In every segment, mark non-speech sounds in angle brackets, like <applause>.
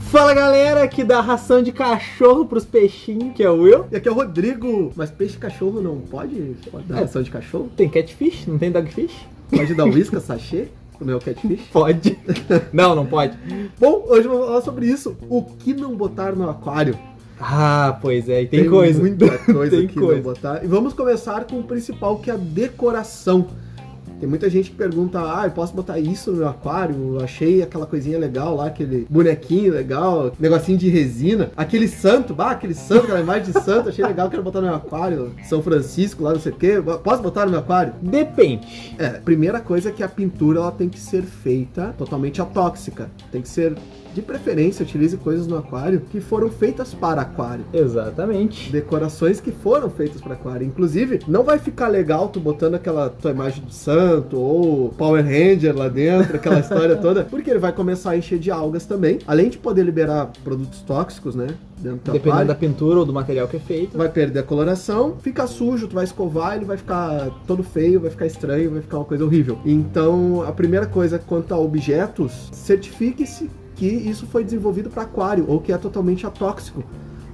Fala galera, aqui da ração de cachorro pros peixinhos, que é o eu. E aqui é o Rodrigo. Mas peixe e cachorro não pode? Pode É. dar ração de cachorro? Tem catfish? Não tem dogfish? Pode dar uísca, sachê? Comer o catfish? <laughs> Pode. não, não pode. Bom, hoje vamos falar sobre isso. O que não botar no aquário? Ah, pois é, e tem, coisa. muita <laughs> coisa Tem que coisa. não botar. E vamos começar com o principal, que é a decoração. Tem muita gente que pergunta, ah, eu posso botar isso no meu aquário? Eu achei aquela coisinha legal lá, aquele bonequinho legal, negocinho de resina. Aquele santo, bah, aquele santo, aquela imagem de santo, achei legal, quero botar no meu aquário. São Francisco lá, não sei o quê. Posso botar no meu aquário? Depende. É, primeira coisa é que a pintura ela tem que ser feita totalmente atóxica. Tem que ser, de preferência, utilize coisas no aquário que foram feitas para aquário. Exatamente. Decorações que foram feitas para aquário. Inclusive, não vai ficar legal tu botando aquela tua imagem do santo ou Power Ranger lá dentro, aquela história toda, porque ele vai começar a encher de algas também. Além de poder liberar produtos tóxicos, né? Dentro do teu Dependendo aquário. da pintura ou do material que é feito. Vai perder a coloração, fica sujo, tu vai escovar, ele vai ficar todo feio, vai ficar estranho, vai ficar uma coisa horrível. Então, a primeira coisa quanto a objetos, certifique-se que isso foi desenvolvido para aquário ou que é totalmente atóxico,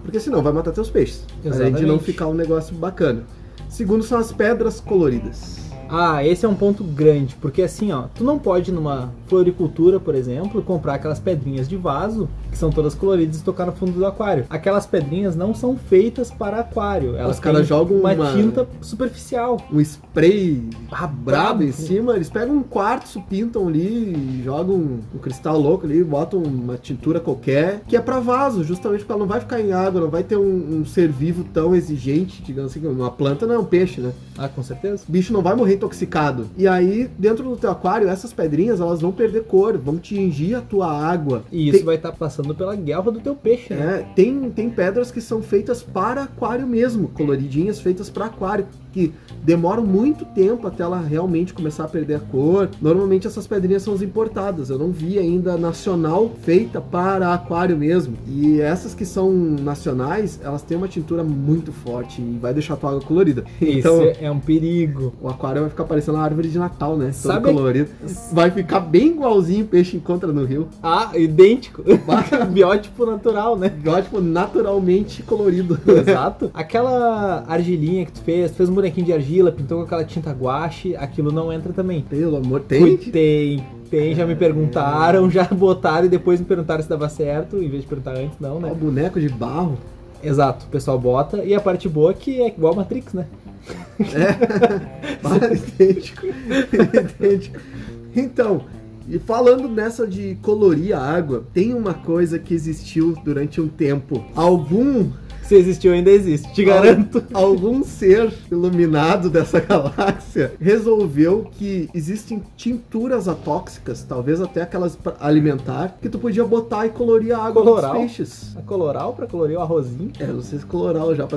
porque senão vai matar teus peixes. Além de Exatamente. não ficar um negócio bacana. Segundo são as pedras coloridas. Ah, esse é um ponto grande, porque assim, ó, tu não pode numa floricultura, por exemplo, comprar aquelas pedrinhas de vaso que são todas coloridas e tocar no fundo do aquário. Aquelas pedrinhas não são feitas para aquário. Elas Os caras têm jogam uma, uma- tinta superficial. Um spray Ah, brabo em cima, eles pegam um quartzo, pintam ali, jogam um cristal louco ali, botam uma tintura qualquer, que é pra vaso, justamente porque ela não vai ficar em água, não vai ter um, um ser vivo tão exigente, digamos assim, uma planta não é um peixe, né? Ah, com certeza. O bicho não vai morrer intoxicado. E aí, dentro do teu aquário, essas pedrinhas, elas vão perder cor, vão tingir a tua água. E isso Tem- vai estar passando pela guelra do teu peixe, né? é, tem, tem pedras que são feitas para aquário mesmo, coloridinhas feitas para aquário, que demoram muito tempo até ela realmente começar a perder a cor. Normalmente essas pedrinhas são as importadas, eu não vi ainda nacional feita para aquário mesmo. E essas que são nacionais, elas têm uma tintura muito forte e vai deixar a tua água colorida. Então, Isso é um perigo. o aquário vai ficar parecendo uma árvore de Natal, né? Todo Sabe- colorido. Vai ficar bem igualzinho o peixe encontra no rio. Ah, idêntico. <laughs> Biótipo natural, né? Gótipo naturalmente colorido. <laughs> Exato. Aquela argilinha que tu fez, tu fez um bonequinho de argila, pintou com aquela tinta guache, aquilo não entra também. Pelo amor, tem? Tem, tem, já me perguntaram, já botaram e depois me perguntaram se dava certo, em vez de perguntar antes, não, Ó, né? boneco de barro. <laughs> Exato, o pessoal bota. E a parte boa é que é igual Matrix, né? Barro idêntico. idêntico. Então, e falando nessa de colorir a água, tem uma coisa que existiu durante um tempo. Algum, Se existiu, ainda existe, te garanto. algum ser iluminado dessa <laughs> galáxia resolveu que existem tinturas atóxicas, talvez até aquelas pra- alimentar, que tu podia botar e colorir a água Coloral? dos peixes. A coloral pra colorir o arrozinho. É, não sei se coloral já pra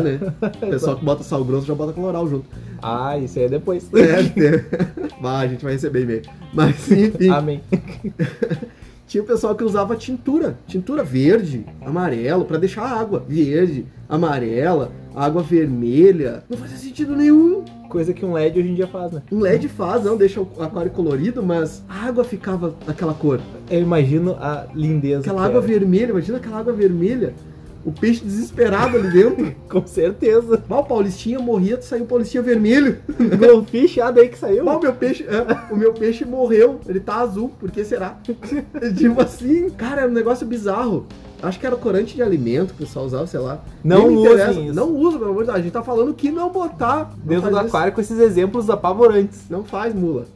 <laughs> né? O pessoal que bota sal grosso já bota coloral junto. Ah, isso aí é <laughs> depois. É, <laughs> Bah, a gente vai receber e-mail. Mas <laughs> enfim, Amém. tinha o pessoal que usava tintura. Tintura verde, amarelo, pra deixar a água verde, amarela, água vermelha. Não fazia sentido nenhum. Coisa que um LED hoje em dia faz, né? Um LED faz, não, deixa o aquário colorido, mas a água ficava daquela cor. Eu imagino a lindeza. Aquela que é. água era. vermelha, imagina aquela água vermelha. O peixe desesperado ali dentro. Com <laughs> certeza. Mal o Paulistinha morria, saiu o Paulistinha vermelho. Meu fichado aí que saiu. Ó, o meu peixe, é, o meu peixe morreu, ele tá azul, por que será? <laughs> tipo assim, cara, é um negócio bizarro. Acho que era corante de alimento que o pessoal usava, sei lá. Não Nem me usem interessa. isso. Não usa, pelo amor de Deus. A gente tá falando que não botar não Dentro faz do isso. aquário com esses exemplos <laughs> apavorantes. Não faz mula.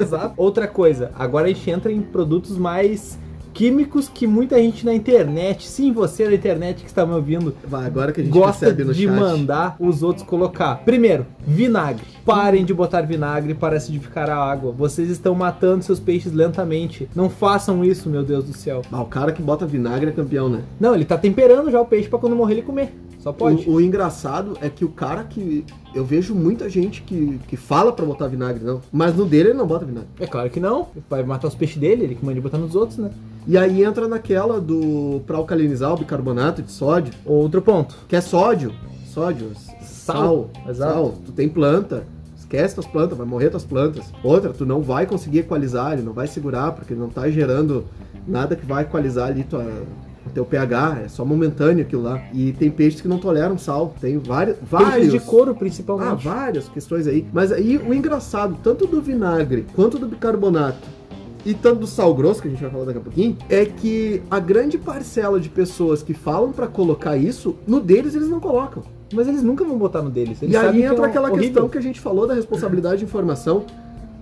Exato. Outra coisa, agora a gente entra em produtos mais químicos que muita gente na internet, sim, você da internet que está me ouvindo, Vai, agora que a gente gosta recebe no de chat. mandar os outros colocar. Primeiro, vinagre. Parem de botar vinagre para acidificar a água. Vocês estão matando seus peixes lentamente. Não façam isso, meu Deus do céu. Ah, o cara que bota vinagre é campeão, né? Não, ele tá temperando já o peixe para quando morrer ele comer. Só pode. O, o engraçado é que o cara que. Eu vejo muita gente que, que fala pra botar vinagre, não. Mas no dele ele não bota vinagre. É claro que não. Vai matar os peixes dele, ele que manda botar nos outros, né? E aí entra naquela do. pra alcalinizar o bicarbonato de sódio. Outro ponto. Que é sódio. Sódio. Sal. Exato. Sal. Tu tem planta. esquece tuas plantas, vai morrer tuas plantas. Outra, tu não vai conseguir equalizar, ele não vai segurar, porque ele não tá gerando nada que vai equalizar ali tua, teu pH, é só momentâneo aquilo lá. E tem peixes que não toleram sal, tem vários. vários Peixes de couro, ah, principalmente. várias questões aí. Mas aí o engraçado, tanto do vinagre quanto do bicarbonato e tanto do sal grosso, que a gente vai falar daqui a pouquinho, é que a grande parcela de pessoas que falam pra colocar isso, no deles eles não colocam. Mas eles nunca vão botar no deles. Eles e aí sabem que entra é um- aquela horrível. questão que a gente falou da responsabilidade de informação.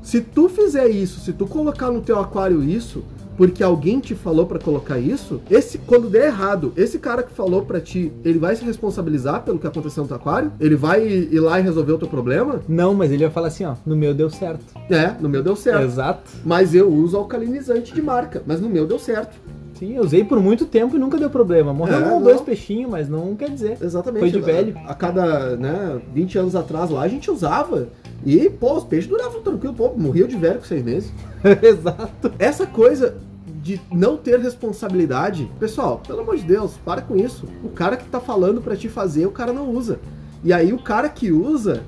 Se tu fizer isso, se tu colocar no teu aquário isso, porque alguém te falou pra colocar isso, esse quando der errado, esse cara que falou pra ti, ele vai se responsabilizar pelo que aconteceu no teu aquário? Ele vai ir lá e resolver o teu problema? Não, mas ele vai falar assim, ó, no meu deu certo. É, no meu deu certo. Exato. Mas eu uso alcalinizante de marca, mas no meu deu certo. Sim, eu usei por muito tempo e nunca deu problema. Morreu É, um ou não. dois peixinhos, mas não quer dizer. <laughs> Exatamente. Foi de A- velho. A cada, né, 20 anos atrás lá a gente usava e, pô, os peixes duravam tranquilo, pô, morriam de velho com <laughs> seis meses. Exato. Essa coisa de não ter responsabilidade, pessoal, pelo amor de Deus, para com isso. O cara que tá falando pra te fazer, o cara não usa. E aí o cara que usa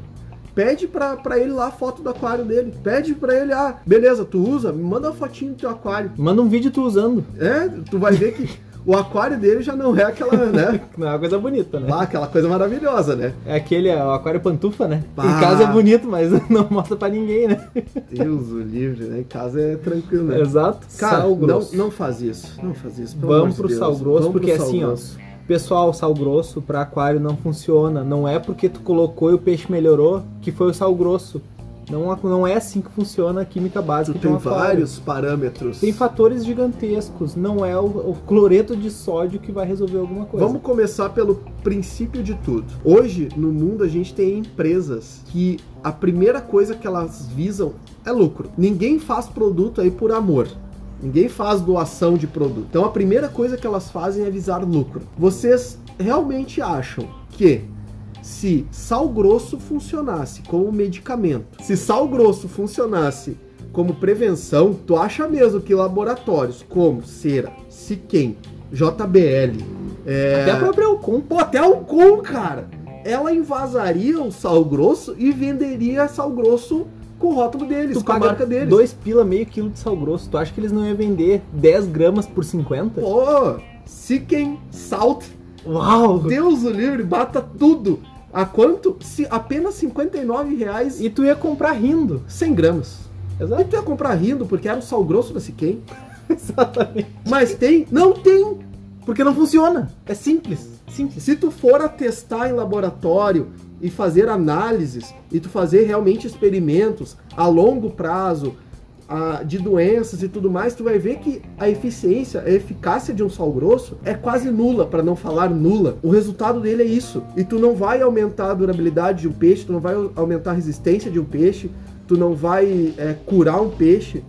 pede pra, pra ele lá a foto do aquário dele. Pede pra ele, ah, beleza, tu usa, me manda uma fotinho do teu aquário. Manda um vídeo tu usando. É, tu vai ver que o aquário dele já não é aquela, né? Não é uma coisa bonita, né? Lá, aquela coisa maravilhosa, né? É aquele, é o aquário pantufa, né? Pá. Em casa é bonito, mas <laughs> não mostra pra ninguém, né? Deus o livre, né? Em casa é tranquilo, né? Exato. Cara, sal grosso. Não, não faz isso. Não faz isso. Vamos amor de pro Deus. sal grosso, Vamos porque pro sal assim, ó, grosso. é Pessoal, sal grosso pra aquário não funciona. Não é porque tu colocou e o peixe melhorou que foi o sal grosso. Não, não é assim que funciona a química Tu básica de tem um aquário. vários parâmetros. Tem fatores gigantescos. Não é o, o cloreto de sódio que vai resolver alguma coisa. Vamos começar pelo princípio de tudo. Hoje, no mundo, a gente tem empresas que a primeira coisa que elas visam é lucro. Ninguém faz produto aí por amor. Ninguém faz doação de produto. Então a primeira coisa que elas fazem é visar lucro. Vocês realmente acham que se sal grosso funcionasse como medicamento, se sal grosso funcionasse como prevenção, tu acha mesmo que laboratórios como Cera, Siquem, JBL, Até a própria Alcon. é, Pô, até o com, cara. Ela invasaria o sal grosso e venderia sal grosso com o rótulo deles, Tu com a paga marca deles. dois pila, meio quilo de sal grosso. Tu acha que eles não iam vender 10 gramas por 50? Pô, Siquem, Salt, Uau! Deus o livre, bata tudo. A quanto? Se apenas R$ 59,00 e E tu ia comprar rindo. 100 gramas. E Exato. tu então ia comprar rindo porque era o sal grosso da <laughs> Siquem. Exatamente. Mas tem? Não tem. Porque não funciona. É simples. Simples. Se tu for a testar em laboratório e fazer análises e tu fazer realmente experimentos a longo prazo a- de doenças e tudo mais, tu vai ver que a eficiência, a eficácia de um sal grosso é quase nula, para não falar nula. O resultado dele é isso. E tu não vai aumentar a durabilidade de um peixe, tu não vai aumentar a resistência de um peixe, tu não vai é, curar um peixe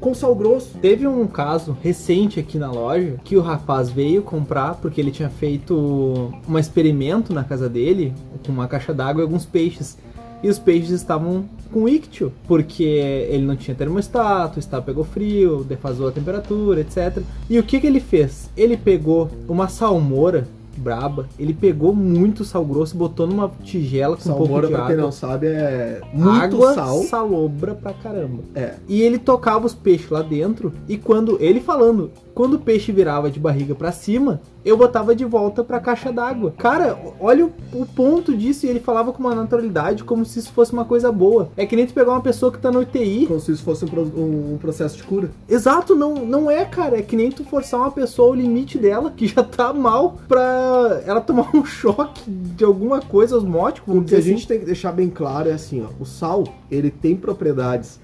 com sal grosso. Teve um caso recente aqui na loja que o rapaz veio comprar porque ele tinha feito um experimento na casa dele com uma caixa d'água e alguns peixes. E os peixes estavam com ictio, porque ele não tinha termostato, o estado pegou frio, defasou a temperatura, etc. E o que, que ele fez? Ele pegou uma salmoura braba, ele pegou muito sal grosso, botou numa tigela com um pouco Salmoura, de pra quem água. não sabe, é muito água sal. salobra pra caramba. É. E ele tocava os peixes lá dentro. E quando ele falando, quando o peixe virava de barriga pra cima, eu botava de volta pra caixa d'água. Cara, olha o, o ponto disso. E ele falava com uma naturalidade, como se isso fosse uma coisa boa. É que nem tu pegar uma pessoa que tá na UTI. Como se isso fosse um, pro- um- um processo de cura. Exato, não, não é, cara. É que nem tu forçar uma pessoa ao limite dela, que já tá mal, pra ela tomar um <laughs> choque de alguma coisa osmótico. O vamos que a dizer assim. gente tem que deixar bem claro é assim, ó. O sal, ele tem propriedades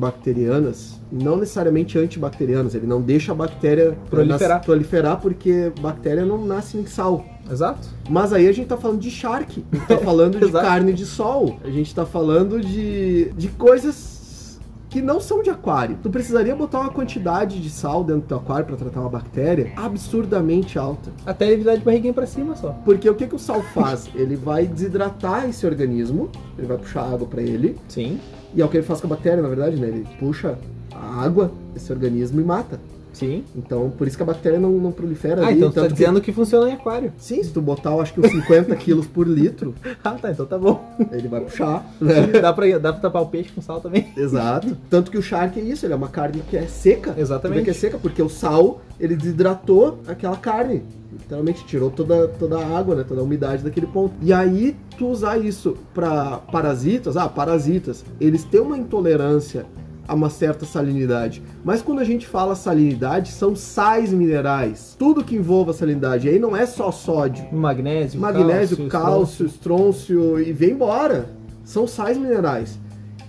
antibacterianas, não necessariamente antibacterianas. Ele não deixa a bactéria Proliferar. nas- proliferar porque bactéria não nasce em sal. assim. Exato. Mas aí a gente tá falando de shark, a <laughs> gente tá falando de Exato. carne de sol, a gente tá falando de, de coisas que não são de aquário. Tu precisaria botar uma quantidade de sal dentro do teu aquário pra tratar uma bactéria absurdamente alta. Até ele virar de barriguinha pra cima só. Porque o que, que o sal <laughs> faz? Ele vai desidratar esse organismo, ele vai puxar água para ele, Sim. e é o que ele faz com a bactéria, na verdade, né? Ele puxa a água, esse organismo e mata. Sim. Então, por isso que a bactéria não, não prolifera Ah, ali. então tu tá tanto que- dizendo que funciona em aquário. Sim, se tu botar, eu acho que uns 50 quilos por litro, <laughs> Ah, tá, então tá bom. ele vai puxar, né? <laughs> Dá pra, dá pra tapar o peixe com sal também? Exato. Tanto que o shark é isso, ele é uma carne que é seca. Tu vê <laughs> Exatamente. que é seca, porque o sal, ele desidratou aquela carne. Literalmente tirou toda, toda a água, né? Toda a umidade daquele ponto. E aí, tu usar isso pra parasitas, ah, parasitas, eles têm uma intolerância a uma certa salinidade. Mas quando a gente fala salinidade, são sais minerais. Tudo que envolva salinidade. E aí não é só sódio. <laughs> Magnésio, Magnésio, um cálcio, cálcio, estrôncio e vem embora. São sais minerais.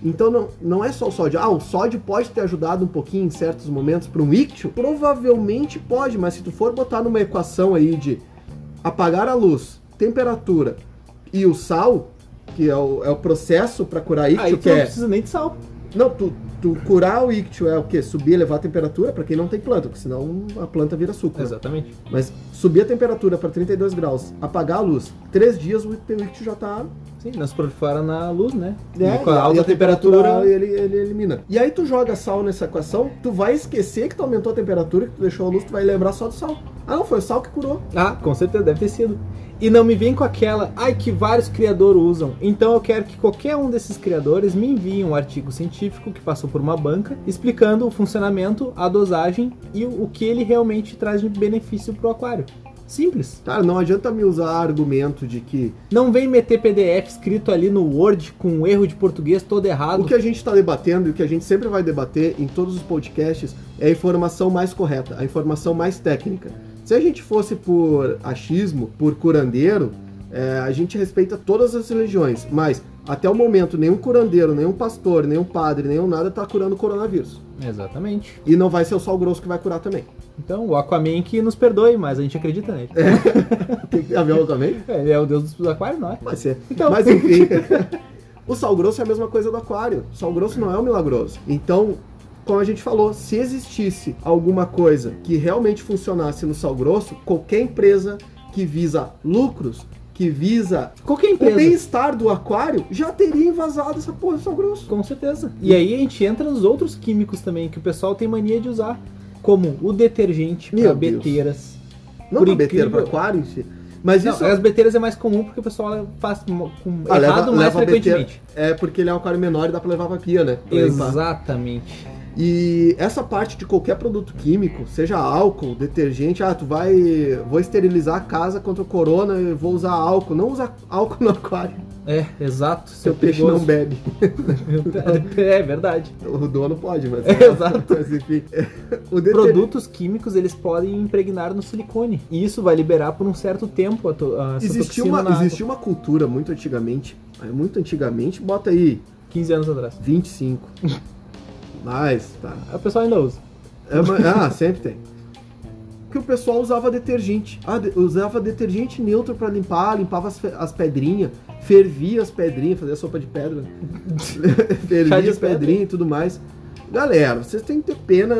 Então não, não é só o sódio. Ah, o sódio pode ter ajudado um pouquinho em certos momentos para um ictio? Provavelmente pode, mas se tu for botar numa equação aí de apagar a luz, temperatura e o sal, que é o, é o processo para curar Aí ictio, tu que não é... precisa nem de sal. Não, tu, tu curar o ictio é o quê? Subir, elevar a temperatura para quem não tem planta, porque senão a planta vira suco. né? Exatamente. Mas subir a temperatura para 32 graus, apagar a luz, três dias o teu ictio já tá Sim, nós prolifera na luz, né? né? e com a E alta temperatura. ele, ele elimina. E aí tu joga sal nessa equação, tu vai esquecer que tu aumentou a temperatura, que tu deixou a luz, tu vai lembrar só do sal. Ah não, foi o sal que curou. Ah, com certeza, deve ter sido. E não me vem com aquela, ai, que vários criadores usam. Então eu quero que qualquer um desses criadores me envie um artigo científico que passou por uma banca, explicando o funcionamento, a dosagem e o o que ele realmente traz de benefício pro aquário. Simples. Cara, Tá, não adianta me usar argumento de que Não vem meter PDF escrito ali no Word com um erro de português todo errado. o que a gente está debatendo e o que a gente sempre vai debater em todos os podcasts é a informação mais correta, a informação mais técnica. Se a gente fosse por achismo, por curandeiro, é, a gente respeita todas as religiões, mas até o momento nenhum curandeiro, nenhum pastor, nenhum padre, nenhum nada está curando coronavírus. Exatamente. E não vai ser o sol grosso que vai curar também. Então, o Aquaman que nos perdoe, mas a gente acredita nele. É. Tem que ter a ver também? Ele é o deus dos aquários, não é? Vai ser. Então, Mas enfim. <laughs> o sal grosso é a mesma coisa do aquário. O sal grosso não é o milagroso. Então, como a gente falou, se existisse alguma coisa que realmente funcionasse no sal grosso, qualquer empresa que visa lucros, que visa qualquer o empresa. bem-estar do aquário, já teria invasado essa porra do sal grosso. Com certeza. E aí a gente entra nos outros químicos também que o pessoal tem mania de usar, como o detergente Meu para Deus. beteiras. Não tá Por pra beter incrível- para aquário, enfim. mas Não, isso As beteiras é mais comum porque o pessoal faz mo- com Ah, leva- errado mais leva a beteira- frequentemente. é porque ele é um aquário menor e dá pra levar pra pia, né? Pra limpar. Exatamente. E essa parte de qualquer produto químico, seja álcool, detergente, ah, tu vai. Vou esterilizar a casa contra o corona e vou usar álcool. Não usa álcool no aquário, É, exato. seu peixe não bebe. bebe. <laughs> É <laughs> verdade. É, O dono pode, <laughs> mas. Exato. Mas enfim. é, O deter... Produtos químicos eles podem impregnar no silicone. E isso vai liberar por um certo tempo a, to a essa Existia toxina uma, na água. existia uma cultura muito antigamente, é, muito antigamente, bota aí 15 anos atrás. <laughs> 25. Mas, tá. O pessoal ainda usa. É, mas- ah, sempre tem. Que o pessoal usava detergente. Ah, de- usava detergente neutro pra limpar, limpava as, fe- as pedrinhas, fervia as pedrinhas, fazia sopa de <laughs> pedra. Chá de fervia as pedra. pedrinhas e tudo mais. Galera, vocês têm que ter pena,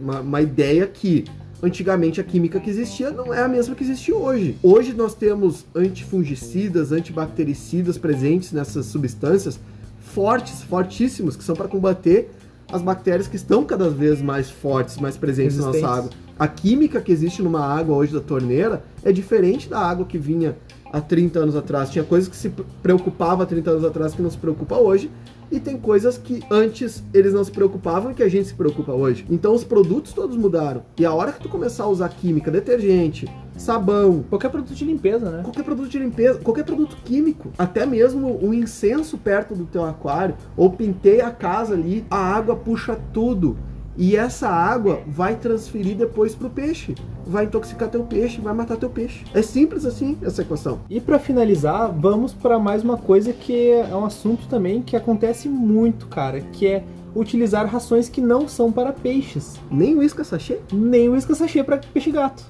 uma, uma ideia que antigamente a química que existia não é a mesma que existe hoje. Hoje nós temos antifungicidas, antibactericidas presentes nessas substâncias fortes, fortíssimos, que são para combater as bactérias que estão cada vez mais fortes, mais presentes na nossa Resistentes. água. A química que existe numa água hoje da torneira é diferente da água que vinha há 30 anos atrás. Tinha coisas que se pre- preocupava há 30 anos atrás que não se preocupa hoje. E tem coisas que antes eles não se preocupavam e que a gente se preocupa hoje. Então os produtos todos mudaram. E a hora que tu começar a usar química, detergente, sabão, Qualquer produto de limpeza, né? qualquer produto de limpeza, qualquer produto químico, até mesmo um incenso perto do teu aquário, ou pintei a casa ali, a água puxa tudo. E essa água vai transferir depois pro peixe. Vai intoxicar teu peixe, vai matar teu peixe. É simples assim essa equação. E para finalizar, vamos para mais uma coisa que é um assunto também que acontece muito, cara, que é utilizar rações que não são para peixes, Nem uísque é sachê? nem o sachê para peixe <laughs> gato.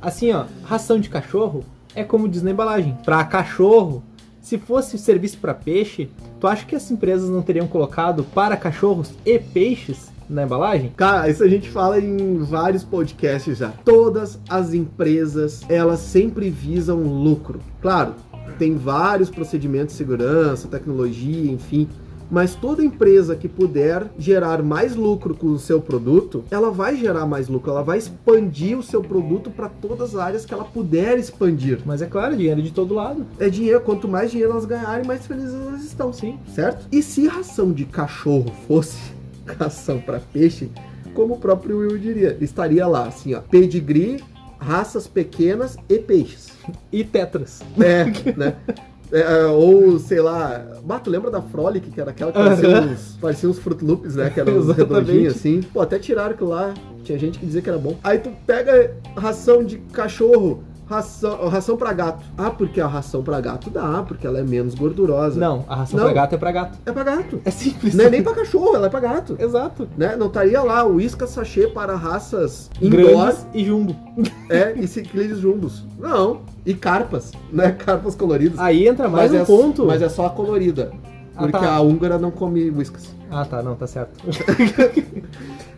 assim, ó, ração de cachorro é como diz na embalagem, para cachorro. Se fosse um serviço para peixe, tu acha que as empresas não teriam colocado para cachorros e peixes na embalagem? Cara, isso a gente fala em vários podcasts já. Todas as empresas, elas sempre visam lucro. Claro, tem vários procedimentos de segurança, tecnologia, enfim, Mas toda empresa que puder gerar mais lucro com o seu produto, ela vai gerar mais lucro, ela vai expandir o seu produto para todas as áreas que ela puder expandir. Mas é claro, dinheiro de todo lado. É dinheiro, quanto mais dinheiro elas ganharem, mais felizes elas estão, Sim. certo? E se ração de cachorro fosse <laughs> ração para peixe, como o próprio Will diria, estaria lá assim, ó, pedigree, raças pequenas e peixes. E tetras. É, né? É, é, ou, sei lá, bah, tu lembra da Frolic, que era aquela que parecia, Aham. uns, parecia uns Fruit Loops, <laughs> né? Que era uns Exatamente. redondinhos assim. Pô, até tiraram aquilo lá, tinha gente que dizia que era bom. Aí tu pega ração de cachorro, ração, ração pra gato. Ah, porque a ração pra gato dá, porque ela é menos gordurosa. Não, a ração Não. pra gato é pra gato. É pra gato. É simples. Não é nem pra cachorro, ela é pra gato. <laughs> Exato. Né? Não estaria lá o isca sachê para raças indoor Grandes e jumbo. é, e ciclides jumbos. Não. E carpas, né? Carpas coloridas. Aí entra mais um é, ponto. Mas é só a colorida. Ah, Porque tá. a húngara não come whiskas. Ah, tá, não, tá certo. <laughs>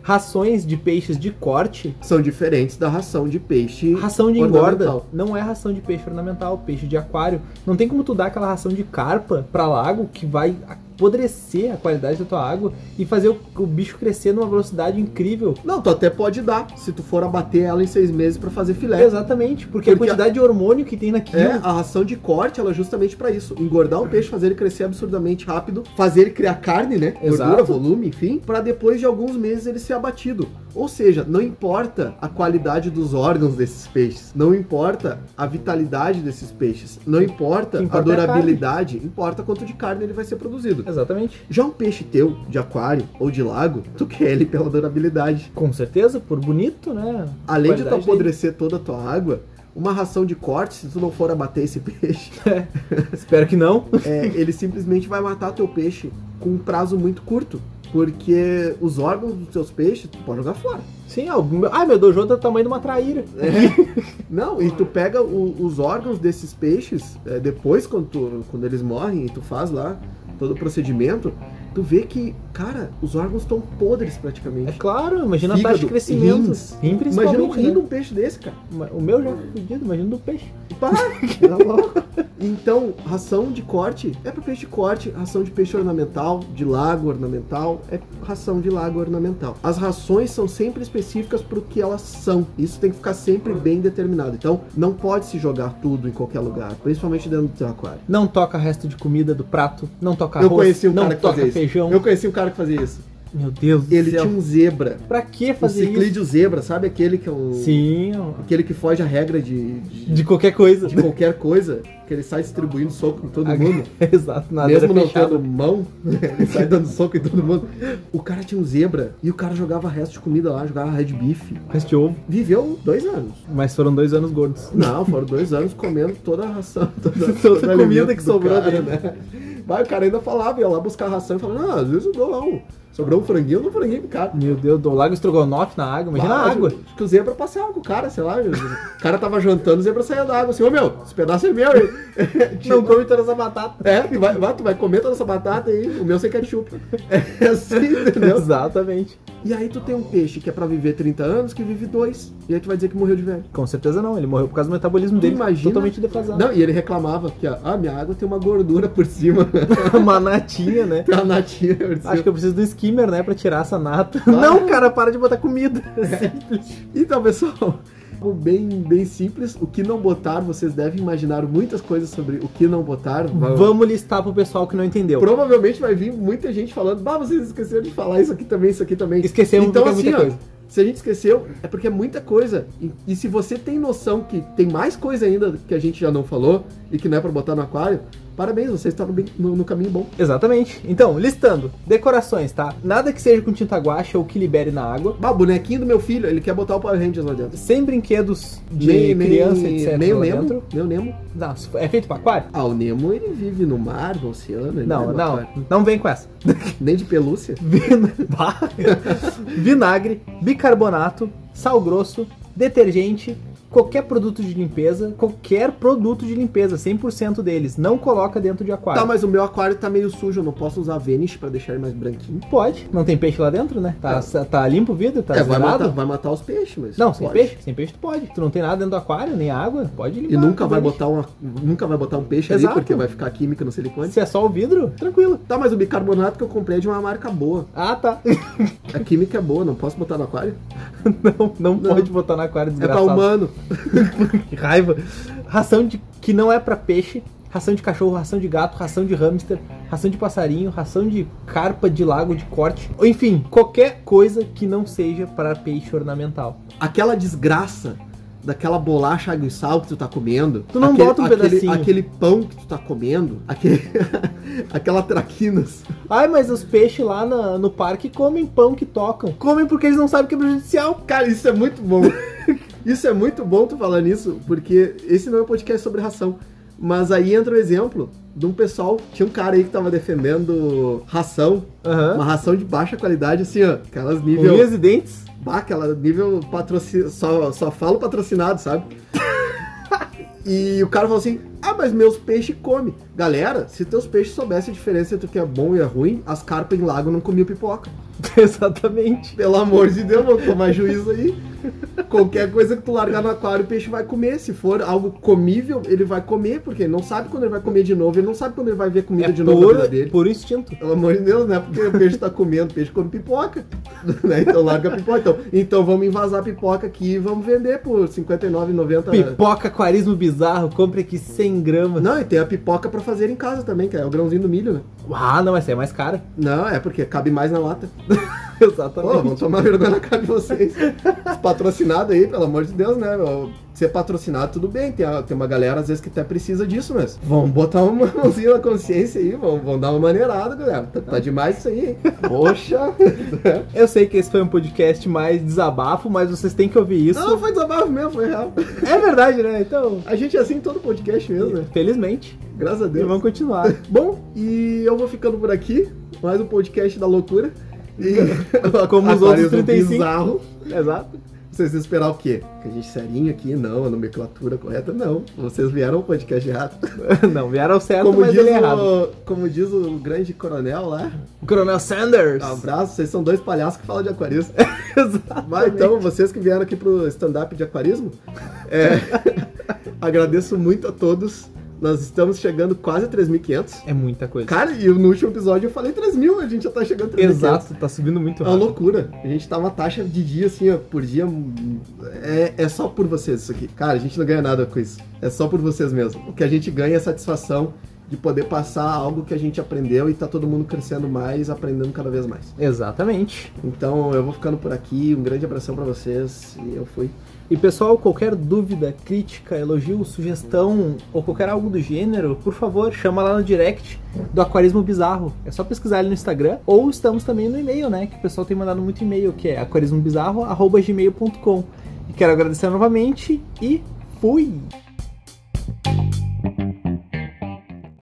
Rações de peixes de corte. São diferentes da ração de peixe. Ração de engorda Ornamental. não é ração de peixe ornamental, peixe de aquário. Não tem como tu dar aquela ração de carpa pra lago que vai apodrecer a qualidade da tua água e fazer o, o bicho crescer numa velocidade incrível. Não, tu até pode dar, se tu for abater ela em seis meses pra fazer filé. Exatamente, porque, a É. Porque a- quantidade de hormônio que tem naquilo. É, a ração de corte, ela é justamente pra isso. Engordar um peixe, fazer ele crescer absurdamente rápido, fazer ele criar carne, né? Gordura, Exato. volume, enfim, pra depois de alguns meses ele ser abatido. Ou seja, não importa a qualidade dos órgãos desses peixes, não importa a vitalidade desses peixes, não importa, que importa é a a durabilidade, importa quanto de carne ele vai ser produzido. Exatamente. Já um peixe teu, de aquário ou de lago, tu quer ele pela durabilidade. Com certeza, por bonito, né? <laughs> Além de tu Qualidade apodrecer toda a tua água, uma ração de corte, se tu não for abater esse <laughs> peixe, Espero que não. é, ele simplesmente vai matar teu peixe com um prazo muito curto. Porque os órgãos dos teus peixes, tu pode jogar fora. Sim, algum... ah, meu dojo tá do tamanho de uma traíra. Não, e tu pega o- os órgãos desses peixes, é, depois quando, tu- quando eles morrem, e tu faz lá todo o procedimento, tu vê que, cara, os órgãos estão podres É praticamente. claro, imagina a taxa de Fígado, crescimento. rins. Rim Imagina um principalmente, rim de né? um peixe desse, cara. O meu já é fudido, imagina do peixe. Pá, <laughs> tá louco. Então, ração de corte é para peixe de corte, ração de peixe ornamental, de lago ornamental, é ração de lago ornamental. As rações são sempre específicas para o que elas são. Isso tem que ficar sempre bem determinado. Então, não pode se jogar tudo em qualquer lugar, principalmente dentro do seu aquário. Não toca resto de comida do prato, não toca Eu arroz, conheci um não cara que toca fazia isso. feijão. Eu conheci um cara que fazia isso. Meu Deus do Ele céu. tinha um zebra, Pra que um fazer isso? ciclídeo zebra, sabe aquele que é um Sim, aquele que foge a regra de, de, de qualquer coisa. de qualquer coisa, que ele sai distribuindo soco em todo mundo. <laughs> Exato, nada Mesmo era não fechado. tendo mão, <laughs> ele sai dando soco em todo mundo. O cara tinha um zebra e o cara jogava resto de comida lá, jogava red beef. Resto de ovo, Viveu dois anos. mas foram dois anos gordos. Não, foram dois anos comendo toda a ração, <laughs> toda, Toda a todo o comida alimento que do sobrou cara, dele. né? Mas o cara ainda falava, ia lá buscar ração e falava, não, às vezes eu dou lá um. Sobrou um franguinho, eu dou um franguinho pro cara. Meu Deus, do lago estrogonofe na água, imagina Bah, a água. Acho que o zebra passeava com o cara, sei lá. <laughs> O cara tava jantando, o zebra saía da água assim, ô meu, esse pedaço é meu. hein? <laughs> um Não come toda essa <laughs> batata. É, tu vai, vai- tu vai comer toda essa batata aí, o meu sem ketchup. É assim, entendeu? Exatamente. E aí tu tem um peixe que é pra viver 30 anos, que vive dois. E aí tu vai dizer que morreu de velho. Com certeza não, ele morreu por causa do metabolismo Tu dele, imagina? totalmente defasado. Não, e ele reclamava que, ó, ah, minha água tem uma gordura por cima. <laughs> <laughs> Uma natinha, né? tem uma natinha por cima. Acho que eu preciso do skimmer, né, pra tirar essa nata. Ah. Não, cara, para de botar comida. Então, pessoal, algo bem, bem simples. O que não botar, vocês devem imaginar muitas coisas sobre o que não botar. Vai- Vamos listar pro pessoal que não entendeu. Provavelmente vai vir muita gente falando, bah, vocês esqueceram de falar isso aqui também, isso aqui também. Esquecemos então, porque é assim, muita ó, coisa. Se a gente esqueceu, é porque é muita coisa. E, e se você tem noção que tem mais coisa ainda que a gente já não falou e que não é pra botar no aquário, parabéns, você está no, bem- no- no caminho bom. Exatamente. Então, listando. Decorações, tá? Nada que seja com tinta guache ou que libere na água. Bah, bonequinho do meu filho, ele quer botar o Power Rangers lá dentro. Sem brinquedos de criança, etc. Nem o lá Nemo. dentro. Nem o Nemo. Não, se for- é feito pra aquário? Ah, o Nemo ele vive no mar, no oceano. Ele Não, vive no não. é aquário. Não vem com essa. <laughs> Nem de pelúcia. Vin- <laughs> Bah. Vinagre, bicarbonato, sal grosso, detergente, qualquer produto de limpeza, qualquer produto de limpeza, 100% deles, não coloca dentro de aquário. Tá, mas o meu aquário tá meio sujo, eu não posso usar Vanish pra deixar ele mais branquinho. Pode, não tem peixe lá dentro, né? Tá, tá limpo o vidro, tá é, vai zerado? matar, vai matar os peixes, mas. Não, sem pode. peixe, sem peixe tu pode. Tu não tem nada dentro do aquário, nem água, pode limpar. tá E nunca vai Vanish. botar uma, nunca vai botar um peixe Exato. ali, porque vai ficar química no silicone. Se é só o vidro, tranquilo. Tá, mas o bicarbonato que eu comprei é de uma marca boa. Ah, tá. <laughs> A química é boa, não posso botar no aquário. Não, não, Não. pode botar no aquário É pra desgraçado. humano. Que raiva. Ração de que não é pra peixe, ração de cachorro, ração de gato, ração de hamster, ração de passarinho, ração de carpa de lago de corte. Enfim, qualquer coisa que não seja para peixe ornamental. Aquela desgraça daquela bolacha água e sal que tu tá comendo. Tu não aquele, bota um aquele, pedacinho. Aquele pão que tu tá comendo. Aquele, <laughs> aquela traquinas. Ai, mas os peixes lá na- no parque comem pão que tocam. Comem porque eles não sabem que é prejudicial. Cara, isso é <laughs> muito bom. isso é muito bom tu falando isso, porque esse não é um podcast sobre ração. Mas aí entra o exemplo de um pessoal. Tinha um cara aí que tava defendendo ração, Aham. uma ração de baixa qualidade, assim, ó. Aquelas Com nível. Uhum. unhas e dentes. <laughs> Bah, aquela nível patrocin... só, só falo patrocinado, sabe? e o cara falou assim: Ah, mas meus peixes comem. Galera, se teus peixes soubessem a diferença entre o que é bom e é ruim, as carpas em lago não comiam pipoca. Exatamente. Pelo amor de Deus, vamos tomar juízo aí. Qualquer coisa que tu largar no aquário, o peixe vai comer. Se for algo comível, ele vai comer, porque ele não sabe quando ele vai comer de novo, ele não sabe quando ele vai ver comida é de novo na vida puro, dele. puro instinto. Pelo amor de Deus, né? Porque o peixe tá comendo, o peixe come pipoca. <laughs> Né? Então larga a pipoca. Então, então vamos invasar a pipoca aqui e vamos vender por R$59,90. Pipoca, aquarismo bizarro, compre aqui 100 gramas. Não, e tem a pipoca pra fazer em casa também, que é o grãozinho do milho, né? Ah, não, essa é mais cara. Não, é porque cabe mais na lata. Pô, <laughs> Exatamente. vamos tomar vergonha na cara de vocês. Os Patrocinado aí, pelo amor de Deus, né? meu? Ser patrocinado, tudo bem. Tem, a- tem uma galera, às vezes, que até precisa disso, mas vamos botar uma <laughs> mãozinha na consciência aí, vamos, vamos dar uma maneirada, galera. Tá, tá demais isso aí, hein? Poxa! Eu sei que esse foi um podcast mais desabafo, mas vocês têm que ouvir isso. Não, foi desabafo mesmo, foi real. É verdade, né? Então, A gente é assim em todo podcast mesmo, né? felizmente. Graças a E Deus. vamos <laughs> continuar. Bom, e eu vou ficando por aqui. Mais um podcast da loucura. E <laughs> Como os outros Aquarismo 35. Bizarro. Exato. <laughs> Vocês esperavam o quê? Que a gente serinho aqui? Não, a nomenclatura correta? Não. Vocês vieram o podcast errado. Não, vieram ao certo, Como mas diz, ele é o, errado. como diz o grande coronel lá, O Coronel Sanders. abraço, vocês são dois palhaços que falam <laughs> de aquarismo. Exato. Mas então, vocês que vieram aqui pro stand-up de aquarismo, <laughs> é, agradeço muito a todos. Nós estamos chegando quase a 3.500. É muita coisa. Cara, e no último episódio eu falei 3 mil, a gente já tá chegando a 3.500. Exato, tá subindo muito É uma rápido. loucura. A gente tá uma taxa de dia, assim, ó, por dia. hum, É, é só por vocês isso aqui. Cara, a gente não ganha nada com isso. É só por vocês mesmo. O que a gente ganha é satisfação de poder passar algo que a gente aprendeu e tá todo mundo crescendo mais, aprendendo cada vez mais. Exatamente. Então eu vou ficando por aqui. Um grande abração pra vocês. E eu fui. E pessoal, qualquer dúvida, crítica, elogio, sugestão ou qualquer algo do gênero, por favor, chama lá no direct do Aquarismo Bizarro. É só pesquisar ali no Instagram ou estamos também no e-mail, né? Que o pessoal tem mandado muito e-mail, que é aquarismobizarro.gmail.com. E quero agradecer novamente e fui!